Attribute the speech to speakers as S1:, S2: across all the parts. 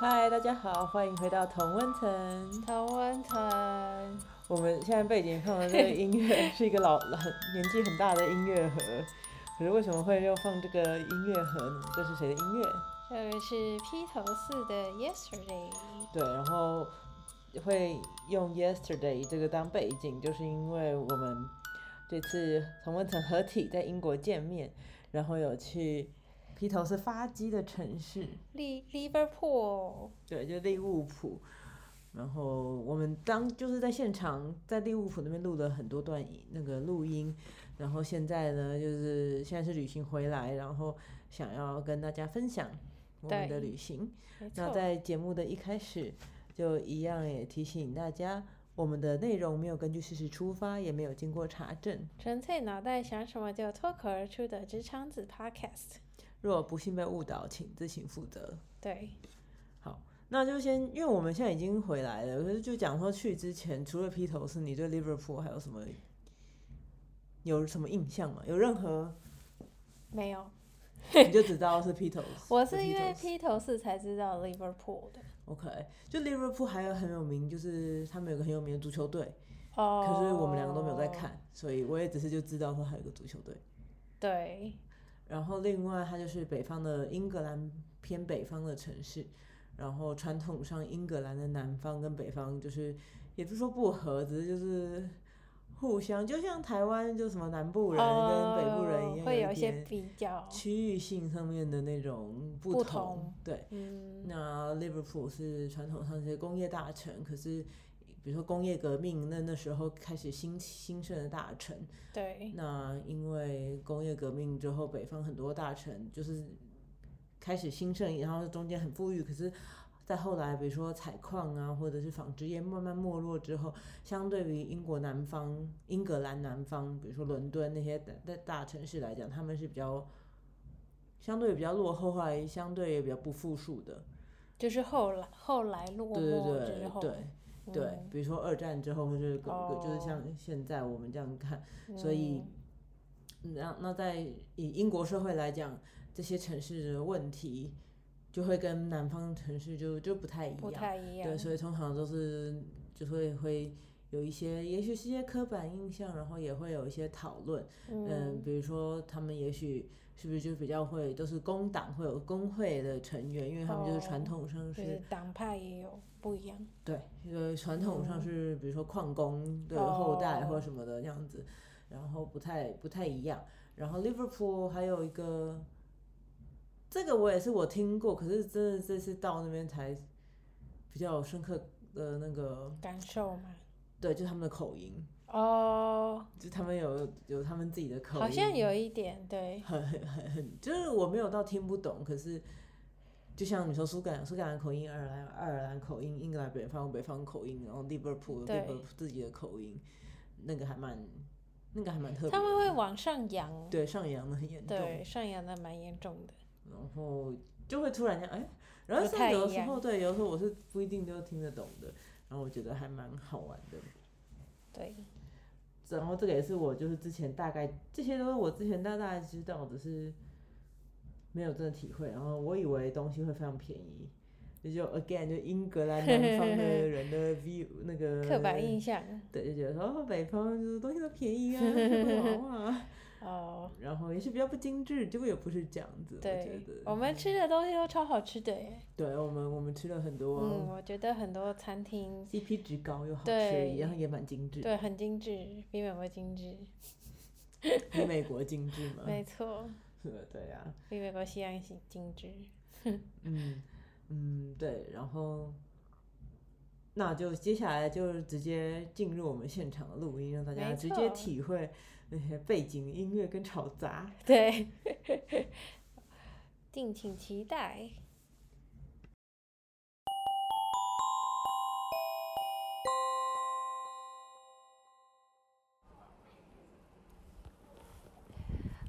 S1: 嗨，大家好，欢迎回到同温层。
S2: 唐温腾，
S1: 我们现在背景放的这个音乐是一个老很年纪很大的音乐盒，可是为什么会又放这个音乐盒呢？这是谁的音乐？
S2: 这个呃是披头士的 Yesterday。
S1: 对，然后会用 Yesterday 这个当背景，就是因为我们这次同温层合体在英国见面，然后有去披头士发迹的城市。
S2: 利 Liverpool，
S1: 对，就利物浦。然后我们当就是在现场，在利物浦那边录了很多段音那个录音，然后现在呢，就是现在是旅行回来，然后想要跟大家分享我们的
S2: 对
S1: 旅行。
S2: 没错
S1: 那，在节目的一开始，就一样也提醒大家，我们的内容没有根据事实出发，也没有经过查证。
S2: 纯粹脑袋想什么就脱口而出的职场子 Podcast。
S1: 若不幸被误导，请自行负责。
S2: 对，
S1: 那就先，因为我们现在已经回来了，可是就讲说去之前，除了披头士，你对 Liverpool 还有什么有什么印象吗？有任何
S2: 没有，
S1: 你就只知道是披头士。
S2: 我是因
S1: 披
S2: 为
S1: 头士
S2: 披头士才知道 Liverpool 的。
S1: OK，就 Liverpool 还有很有名，就是他们有个很有名的足球队，
S2: 哦
S1: 可是我们两个都没有在。看，所以我也只是就知道说还有个足球队。
S2: 对，
S1: 然后另外它就是北方的英格兰偏北方的城市，然后传统上英格兰的南方跟北方就是也不是说不合，只是就是互相，就像台湾就什么南部人跟北部人一
S2: 哦
S1: 样，
S2: 会
S1: 有
S2: 有一些
S1: 点
S2: 比较。
S1: 区域性上面的那种不
S2: 不
S1: 同
S2: 同
S1: 对，
S2: 嗯，
S1: 那 Liverpool 是传统上是工业大城，可是。比如说工业革命，那那时候开始兴起兴盛的大城，
S2: 对，
S1: 那因为工业革命之后，北方很多大城就是开始兴盛，然后中间很富裕，可是。再后来，比如说采矿啊，或者是纺织业慢慢没落之后，相对于英国南方、英格兰南方，比如说伦敦那些大大大城市来讲，他们是比较相对比较落后，后来相对也比较不富庶的。
S2: 就是后来后来落
S1: 对对
S2: 寞之
S1: 对
S2: 后，
S1: 对对
S2: 嗯，
S1: 比如说二战之后，或者是各个就是
S2: 哦
S1: 像现在我们这样看。所以那那在以英国社会来讲，这些城市的问题就会跟南方城市就就不太一
S2: 嗯不
S1: 样，
S2: 太一样
S1: 对，。所以通常都是就会会有一些，也许是一些刻板印象，然后也会有一些讨论，嗯，
S2: 嗯，
S1: 比如说他们也许是不是就比较会都是工党会有工会的成员，因为他们就是传
S2: 哦
S1: 统上、
S2: 就是是党派也有不一样。
S1: 对，因为传统上
S2: 嗯
S1: 是比如说矿工的后代或
S2: 哦
S1: 什么的这样子，然后不太不太一样。然后 Liverpool 还有一个，这个我也是我听过，可是真的这次到那边才比较有深刻的那个，
S2: 感受嘛。
S1: 对，就他们的口音，
S2: 哦，
S1: 就他们有有他们自己的口音，
S2: 好像有一点对，
S1: 很很很很，就是我没有到听不懂，可是就像你说苏格兰苏格兰口音、爱尔兰爱尔兰口音、英格兰北方北方口音，然后 Liverpool
S2: 对
S1: Liverpool 自己的口音，那个还蛮那个还蛮特别的。
S2: 他们会往上扬，
S1: 对上扬的很严重，
S2: 对，上扬的蛮严重的。
S1: 然后就会突然间哎，然后
S2: 不
S1: 像
S2: 太
S1: 有
S2: 一
S1: 时候
S2: 样
S1: 对，有时候我是不一定都听得懂的，然后我觉得还蛮好玩的。
S2: 对，
S1: 然后这个也是我就是之前大概这些都是我之前大概知道，只是没有真的体会。然后我以为东西会非常便宜，也就 again 就英格兰南方的 人的 view 那个
S2: 刻板印象。
S1: 对，就觉得说哦北方就是东西都便宜啊，会好 啊，
S2: 哦，
S1: 然后也是比较不精致，结果也不是这样子，我觉
S2: 对，
S1: 得。
S2: 我们吃的东西都超好吃的耶。
S1: 对我们我们吃了很多、
S2: 嗯，我觉得很多餐厅
S1: CP 值高又好吃，
S2: 对
S1: 然后也蛮精致，
S2: 对很精致，比美国精致，
S1: 比美国精致嘛。
S2: 没错，
S1: 是的，对啊呀、
S2: 比美国西安精致。
S1: 嗯，嗯，对，然后那就接下来就是直接进入我们现场的录音，让大家
S2: 没
S1: 直接
S2: 错
S1: 体会那些背景音乐跟吵杂。
S2: 对， 敬请期待。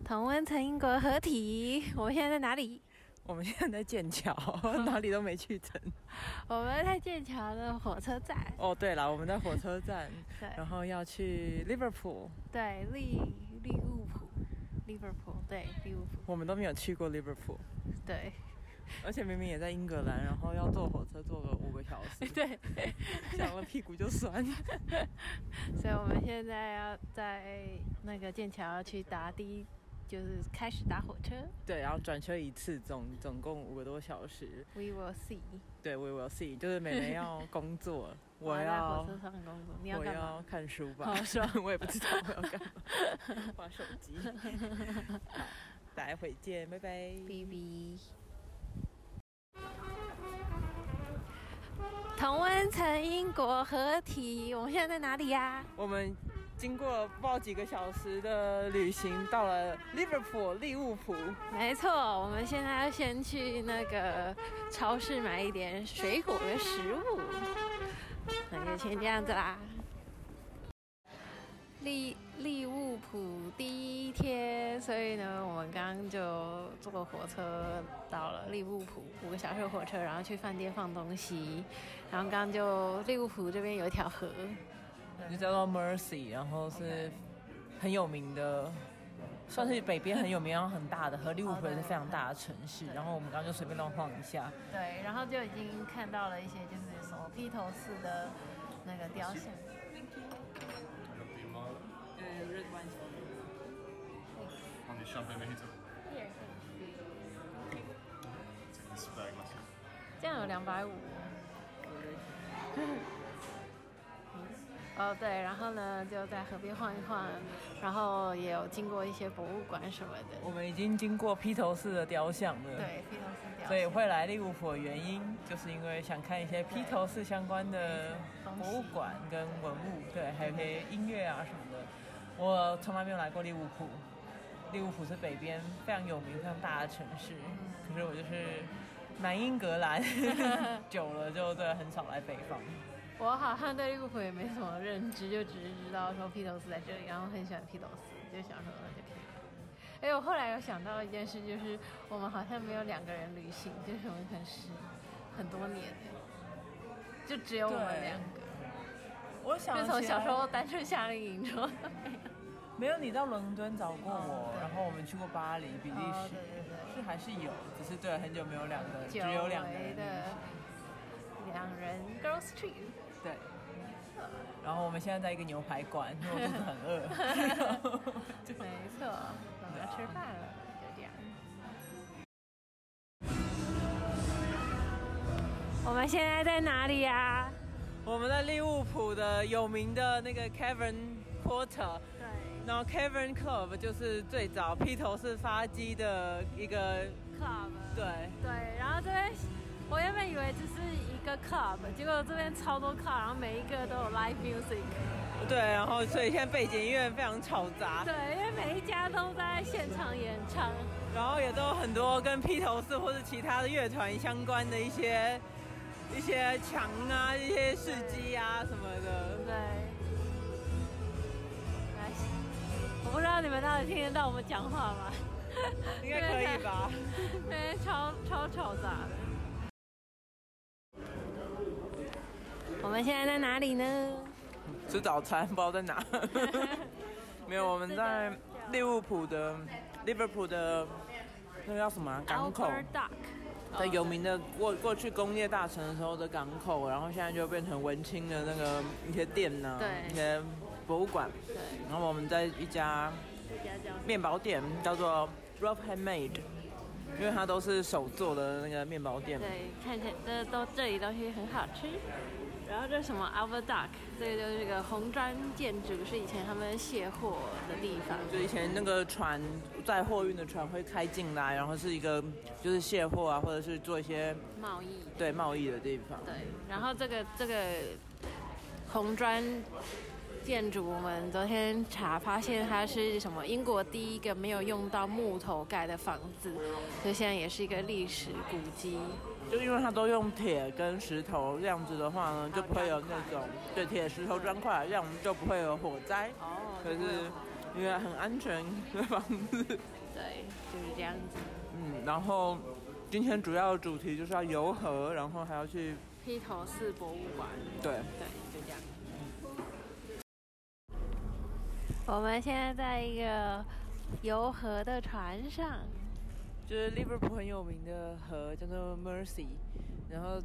S2: 同温层英国合体，我们现在在哪里？
S1: 我们现在在剑桥， 哪里都没去成。
S2: 我们在剑桥的火车站。
S1: 哦，对了，我们在火车站，
S2: 对
S1: 然后要去 Liverpool，
S2: 对，利利物浦，利物浦，对，利物浦，
S1: 我们都没有去过 Liverpool。
S2: 对，
S1: 而且明明也在英格兰，然后要坐火车坐个五个小 时，
S2: 对，
S1: 想了屁 股就酸。
S2: 所以我们现在要在那个剑桥要去搭第一，就是开始搭火车。
S1: 对，然后转车一次总总共五个多小时。
S2: We will see。
S1: 对，we will see，就是美美 要工作，我
S2: 要在火
S1: 要
S2: 车上工作，你要
S1: 我
S2: 干嘛
S1: 要？看书吧。
S2: 好爽
S1: 我也不知道我要干 嘛，玩手 机。好，待会见，拜拜。
S2: B B。同温层英国合体，我们现在在哪里呀、
S1: 我们经过不知道几个小时的旅行，到了 Liverpool 利物浦。
S2: 没错，我们现在要先去那个超市买一点水果跟食物，那就先这样子啦。利利物浦第一天，所以呢，我们刚刚就坐火车到了利物浦，五个小时的火车，然后去饭店放东西，然后刚刚就利物浦这边有一条河，
S1: 就叫做 Mercy，然后是很有名的，算是北边很有名，然后很大的，和利物浦也是非常大的城市。然后我们刚刚就随便乱晃一下，
S2: 对，然后就已经看到了一些就是什么披头士的那个雕像。
S3: On your champagne mojito. Take this bag, Matthew.
S2: 这样有两百五。哦，对，然后呢，就在河边晃一晃，然后也有经过一些博物馆什么
S1: 我
S2: 的。
S1: 们已经经过披头士的雕像了。。
S2: 对，披头士雕。
S1: 所以会来利物浦的原因，就是因为想看一些披头士相关的博物馆跟文物，对，还有一些音乐啊什么的。我从来没有来过利物浦，利物浦是北边非常有名、非常大的城市，
S2: 嗯
S1: 可是我就是南英格兰， 久了就对很少来北方。
S2: 我好像对利物浦也没什么认知，就只是知道说披头士在这里，然后很喜欢披头士，就想说那就可以了。哎，我后来有想到一件事，就是我们好像没有两个人旅行，就是我们很十很多年哎就只有我们
S1: 对
S2: 两个，
S1: 我想
S2: 就从小时候单纯夏令营之后。
S1: 没有你到伦敦找过
S2: 哦
S1: 我，
S2: 对
S1: 然后我们去过巴黎、比利
S2: 哦
S1: 时
S2: 对对对，
S1: 是还是有，只是对很久没有两个人，只
S2: 久
S1: 有两个
S2: 违
S1: 人
S2: 的两人 girls trip。
S1: 对。然后我们现在在一个牛排馆，因为我肚子很 饿。就
S2: 没错，我
S1: 啊
S2: 们要吃饭了，就这样。我们现在在哪里呀、
S1: 我们在利物浦的有名的那个 Kevin Porter，
S2: 对，
S1: 然后 Kevin Club 就是最早披头士发迹的一个
S2: club。
S1: 对。
S2: 对，然后这边我原本以为只是一个 club，结果这边超多 club，然后每一个都有 live music。
S1: 对，然后所以现在背景音乐非常嘈杂，
S2: 对，因为每一家都在现场演唱。
S1: 然后也都有很多跟披头士或是其他的乐团相关的一些一些墙啊、一些事迹啊什么的。
S2: 对。哎我不知道你们到底听得到我们讲话吗？
S1: 应该可以吧？
S2: 因为超超嘈杂的。我们现在在哪里呢？
S1: 吃早餐，不知道在哪。 没有，我们在利物浦的 Liverpool 的那个叫什么啊、港口
S2: Albert Dock。
S1: 在有名的过过去工业大城的时候的港口，然后现在就变成文青的那个一些店呐、
S2: 对
S1: 一些博物馆。
S2: 对，
S1: 然后我们在一家
S2: 这家叫
S1: 面包店叫做 Rough Handmade，因为它都是手做的那个面包店。
S2: 对，看起来这都这里东西很好吃。然后这是什么 Albert Dock，这个就是个红砖建筑，是以前他们卸货的地方。
S1: 就以前那个船载货运的船会开进来，然后是一个就是卸货啊，或者是做一些
S2: 贸易。
S1: 对贸易的地方。
S2: 对，然后这个这个红砖建筑，我们昨天查发现它是什么英国第一个没有用到木头盖的房子，所以现在也是一个历史古迹。
S1: 就因为它都用铁跟石头这样子的话呢，就不会有那种对铁石头砖块，这样就不会有火灾。
S2: 哦
S1: 可是因为很安全的房子，
S2: 对，就是这样子。
S1: 嗯，然后今天主要主题就是要游河，然后还要去
S2: 披头士博物馆，
S1: 对
S2: 对，就这样。我们现在在一个游河的船上，
S1: 就是 Liverpool 很有名的河叫做 Mersey，然后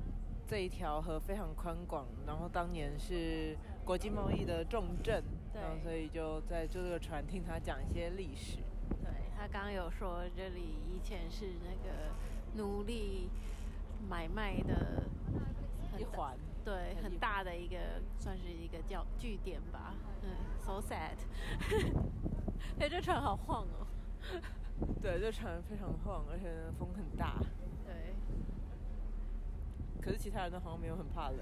S1: 这一条河非常宽广，然后当年是国际贸易的重镇，
S2: 对
S1: 然后所以就在坐这个船听他讲一些历史。
S2: 对他刚刚有说，这里以前是那个奴隶买卖的很
S1: 一
S2: 大
S1: 环，
S2: 对，
S1: 很
S2: 很
S1: 一
S2: 大的一个，算是一个叫据点吧。嗯，so sad。哎、这船好晃哦。
S1: 对，这船非常晃，而且呢风很大。
S2: 对，
S1: 可是其他人都好像没有很怕冷。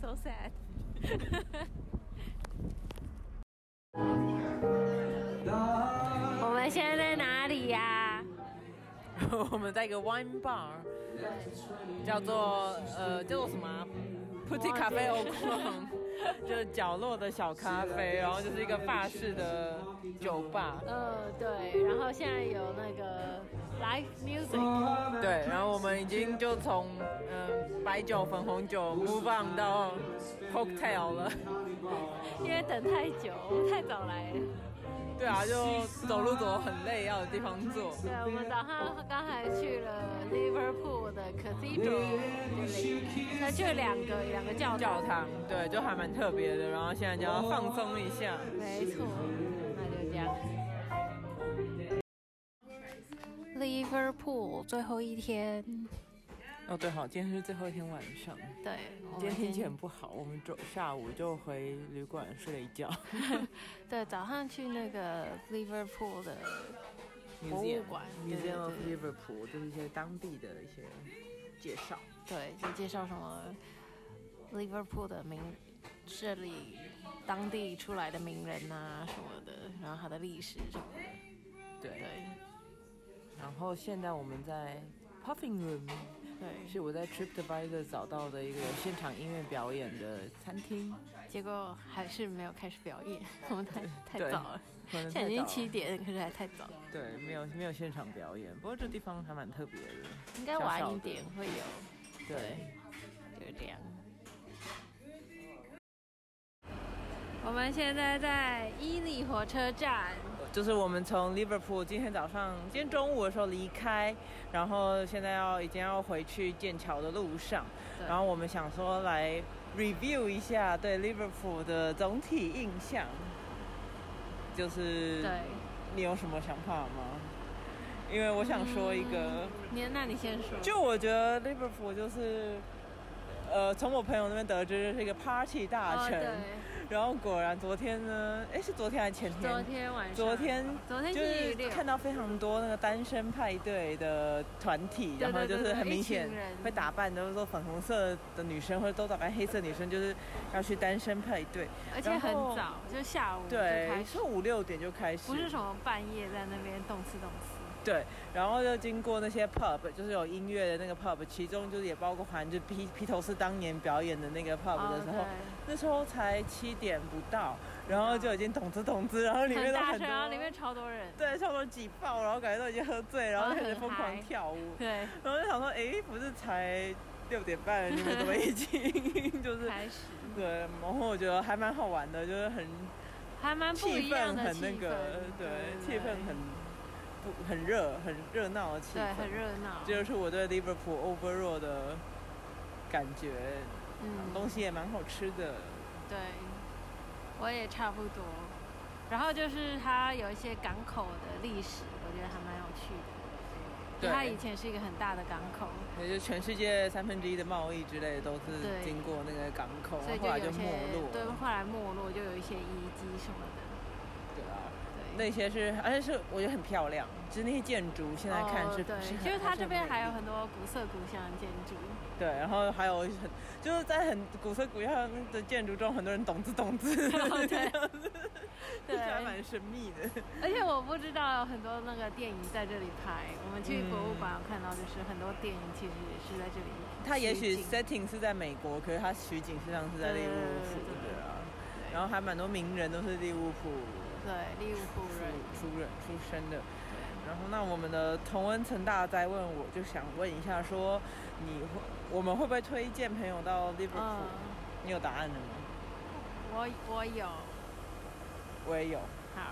S2: so sad。我们现在在哪里呀、
S1: 我们在一个 wine bar，叫做呃叫做什么啊？Putty 咖啡 o c l 就是角落的小咖啡，然后就是一个法式的酒吧。
S2: 呃，对，然后现在有那个 live music，
S1: 对，然后我们已经就从嗯、呃白酒、粉红酒 move on 到 cocktail 了。
S2: 因为等太久，太早来了。
S1: 对啊，就走路走得很累，要有地方坐。
S2: 对，啊我们早上刚才去了 Liverpool 的 Cathedral 这里，那去了两个两个教
S1: 教
S2: 堂，
S1: 堂，对，就还蛮特别的。然后现在就要放松一下。
S2: 没错，那就这样。Liverpool 最后一天，
S1: 哦，对，好，今天是最后一天晚上。
S2: 对，我
S1: 今
S2: 们
S1: 天天气很不好，我们周下午就回旅馆睡了一 觉。
S2: 对早上去那个 Liverpool 的博物馆
S1: Museum
S2: 对
S1: Museum of
S2: 对
S1: Liverpool 就是一些当地的一些介绍。
S2: 对，就介绍什么 Liverpool 的名，这里当地出来的名人啊什么的，然后它的历史什么的，
S1: 对，
S2: 对
S1: 然后现在我们在 Puffing Room，
S2: 对。
S1: 是我在 TripAdvisor 找到的一个有现场音乐表演的餐厅，
S2: 结果还是没有开始表演， 我们太太
S1: 对
S2: 早了，
S1: 可能
S2: 现在已
S1: 太
S2: 经
S1: 早
S2: 七
S1: 了
S2: 点，可是还太早，
S1: 对，没有没有现场表演，不过这地方还蛮特别的。
S2: 应该
S1: 小
S2: 晚
S1: 小
S2: 一
S1: 的
S2: 点会有，
S1: 对，
S2: 就是这样。我们现在在伊利火车站，
S1: 就是我们从 Liverpool 今天早上，今天中午的时候离开，然后现在要已经要回去剑桥的路上，
S2: 对
S1: 然后我们想说来 review 一下对 Liverpool 的总体印象，就是
S2: 对，
S1: 你有什么想法吗？因为我想说一个，
S2: 你那你先说，哦
S1: 就我觉得 Liverpool 就是，呃，从我朋友那边得知是一个 party 大
S2: 哦
S1: 城，
S2: 对，
S1: 然后果然昨天呢，哎是昨天还是前天？
S2: 昨天晚上，
S1: 昨天
S2: 昨天
S1: 就
S2: 星期
S1: 是
S2: 六
S1: 看到非常多那个单身派对的团体，
S2: 对
S1: 然后
S2: 对
S1: 就
S2: 对
S1: 是
S2: 对
S1: 很
S2: 一
S1: 明
S2: 群
S1: 显
S2: 人
S1: 会打扮，都是说粉红色的女生或者都打扮黑色的女生，就是要去单身派对。
S2: 而且很早，就下嗯午就
S1: 对
S2: 开，始
S1: 是，五六点就开始，
S2: 不是什么半夜在那边动次动次。
S1: 对，然后就经过那些 pub，就是有音乐的那个 pub，其中就是也包括含就披披头士当年表演的那个 pub
S2: 哦
S1: 的时候，那时候才七点不到，然后就已经懂之懂之，然后里
S2: 对，
S1: 面
S2: 很
S1: 都
S2: 大
S1: 很
S2: 声，
S1: 多，
S2: 然后里面超多人。
S1: 对，差不多挤爆，然后感觉都已经喝醉，然后就开始
S2: 然后很
S1: 疯狂
S2: 嗨
S1: 跳舞，
S2: 对，
S1: 然后就想说，哎，不是才六点半，你们怎么已经 就是
S2: 开始
S1: 对？然后我觉得还蛮好玩的，就是很
S2: 还蛮不一
S1: 气
S2: 样
S1: 氛
S2: 的
S1: 很那个，对，气氛很不很热，很热闹的气
S2: 对，
S1: 氛
S2: 很。热闹。
S1: 这就是我对 Liverpool overall 的感觉，东
S2: 嗯，
S1: 西也蛮好吃的。
S2: 对，我也差不多。然后就是它有一些港口的历史，我觉得还蛮有趣的。就它以前是一个很大的港口，
S1: 也就全世界三分之一的贸易之类的都
S2: 对
S1: 是经过那个港口，
S2: 所以
S1: 后来
S2: 有
S1: 就没
S2: 些
S1: 落
S2: 对，
S1: 了。
S2: 后来没落就有一些遗迹什么的。
S1: 对啊，
S2: 对，
S1: 那些是，而且是我觉得很漂亮，就是那些建筑现在看是，
S2: 哦、对，
S1: 是很
S2: 就是它这边还有
S1: 很美
S2: 很多古色古香的建 筑，
S1: 丽对，然后还有很就是在很古色古香的建筑中，很多人懂字懂字，
S2: 哦 对对，
S1: 还蛮神秘 的。
S2: 而且我不知道有很多那个电影在这里拍，我们去博物馆有看到，就是很多电影其实也是在这里取景，
S1: 它也许 setting 是在美国，可是它取景实际上是在利物浦
S2: 对对对对
S1: 对啊，
S2: 对
S1: 然后还蛮多名人都是利物浦
S2: 对利物浦
S1: 出
S2: 人，
S1: 出人出生的。然后，那我们的同温层大灾问，我就想问一下说你会我们会不会推荐朋友到利物浦？
S2: 嗯，
S1: 你有答案了吗？
S2: 我我有，
S1: 我也有，
S2: 好，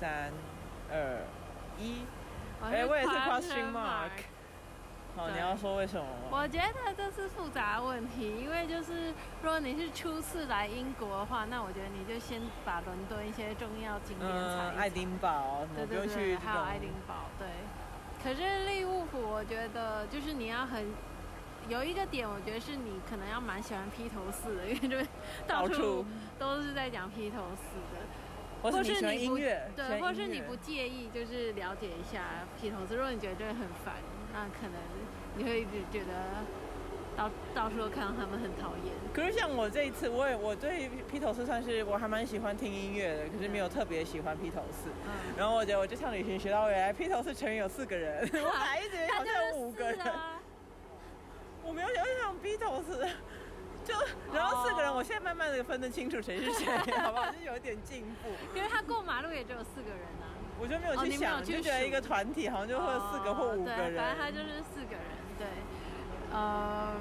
S1: 三二一，
S2: 好
S1: 哎，
S2: 像
S1: 我也是 question
S2: question
S1: mark。好，你
S2: 对
S1: 要说为什么吗？
S2: 我觉得这是复杂问题，因为就是如果你是初次来英国的话，那我觉得你就先把伦敦一些重要景点踩一
S1: 嗯，
S2: 踩
S1: 爱丁堡，什么
S2: 对
S1: 不
S2: 对
S1: 用
S2: 对，
S1: 去
S2: 还有爱丁
S1: 这
S2: 堡，对。可是利物浦，我觉得就是你要很有一个点，我觉得是你可能要蛮喜欢披头士的，因为这边到
S1: 到
S2: 处
S1: 处
S2: 都是在讲披头士的，
S1: 种，或
S2: 或
S1: 是你喜欢
S2: 你不
S1: 音乐，喜
S2: 对，
S1: 欢
S2: 或
S1: 音
S2: 是你
S1: 乐
S2: 不介意就是了解一下披头士，如果你觉得这很烦，那可能你会一直觉得到到处都看到他们很讨厌。
S1: 可是像我这一次，我也我对披头士算是我还蛮喜欢听音乐的，可是没有特别喜欢披头士。
S2: 嗯，
S1: 然后我觉得我这趟旅行学到，原来披头士成员有四个人，我本来一直以为好像有五个人
S2: 他，就是啊
S1: 我没有想想披头士，就然后四个人，我现在慢慢的分得清楚谁是谁，好不好？就有点进步，
S2: 因为他过马路也只有四个人啊。
S1: 我就没有
S2: 哦
S1: 去
S2: 你没有
S1: 想，
S2: 去
S1: 就觉得
S2: 数
S1: 一个团体好像就会有四个或五个
S2: 哦对，
S1: 人。
S2: 反正他就是四个人，对，嗯，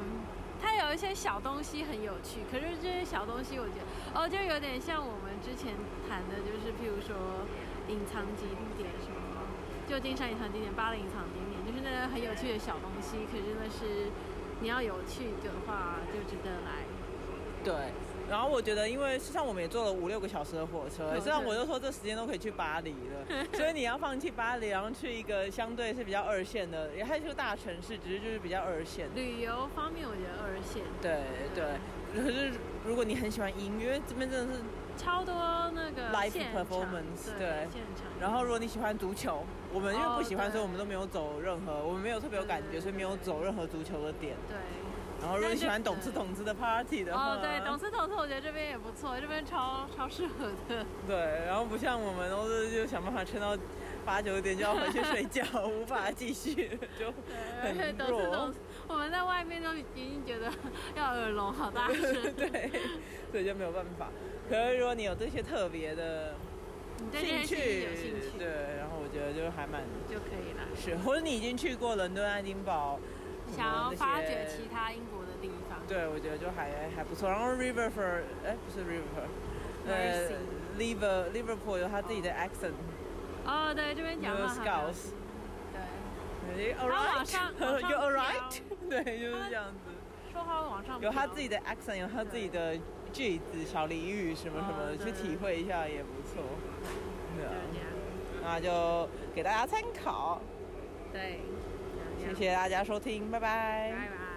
S2: 他有一些小东西很有趣，可是这些小东西我觉得，哦，就有点像我们之前谈的，就是譬如说隐藏景点什么，旧金山隐藏景点、巴黎隐藏景点，就是那个很有趣的小东西，可是那是你要有趣的话就值得来，
S1: 对，然后我觉得，因为像我们也坐了五六个小时的火车，
S2: 对
S1: 实际上我就说这时间都可以去巴黎 了，所以你要放弃巴黎，然后去一个相对是比较二线的，也还是大城市，只是就是比较二线的。
S2: 旅游方面我觉得二线。
S1: 对对，可是如果你很喜欢音乐，这边真的是，
S2: 超多那个
S1: Live
S2: 现场
S1: performance，
S2: 对
S1: 对
S2: 现场，
S1: 然后如果你喜欢足球，我们因为
S2: 哦
S1: 不喜欢，
S2: 对
S1: 所以我们都没有走任何，我们没有特别有感
S2: 对
S1: 觉，所以没有走任何足球的点。
S2: 对。
S1: 然后如果你喜欢
S2: 那就
S1: 懂吃懂吃的 party 的话，
S2: 哦，对，懂吃懂吃，我觉得这边也不错，这边超超适合的。
S1: 对，然后不像我们都是就想办法撑到八九点就要回去睡觉，无法继续，就很
S2: 懂吃懂
S1: 弱
S2: 吃。，我们在外面都已经觉得要耳聋好大 声。
S1: 对，所以就没有办法。可是如果你有这些特别的
S2: 你对这
S1: 兴
S2: 件事情
S1: 趣，
S2: 有兴趣
S1: 对，然后我觉得就还蛮
S2: 就可以了。
S1: 是，或者你已经去过伦敦、爱丁堡，什么
S2: 想要
S1: 那些
S2: 发掘其他英国的地方，
S1: 对，我觉得就还还不错。然后 Riverford，哎，不是 Riverford，呃
S2: Mersey
S1: ，Liver Liverpool 有他自己的 accent，
S2: 哦，对，这边讲话
S1: Liver
S2: 很好
S1: Scouse
S2: 听。对，
S1: 对
S2: 他
S1: all
S2: 往上往
S1: right，
S2: 上
S1: you all
S2: 飙
S1: right，对， 就是这样子。
S2: 说话会往上
S1: 有他
S2: 飙
S1: 自己的 accent，有他自己的句子、小俚语什么什么
S2: 哦
S1: 的，
S2: 对
S1: 去体会一下也不错。对啊
S2: 就是这样。
S1: 那就给大家参考，
S2: 对，
S1: 谢谢大家收听，拜拜
S2: 拜拜。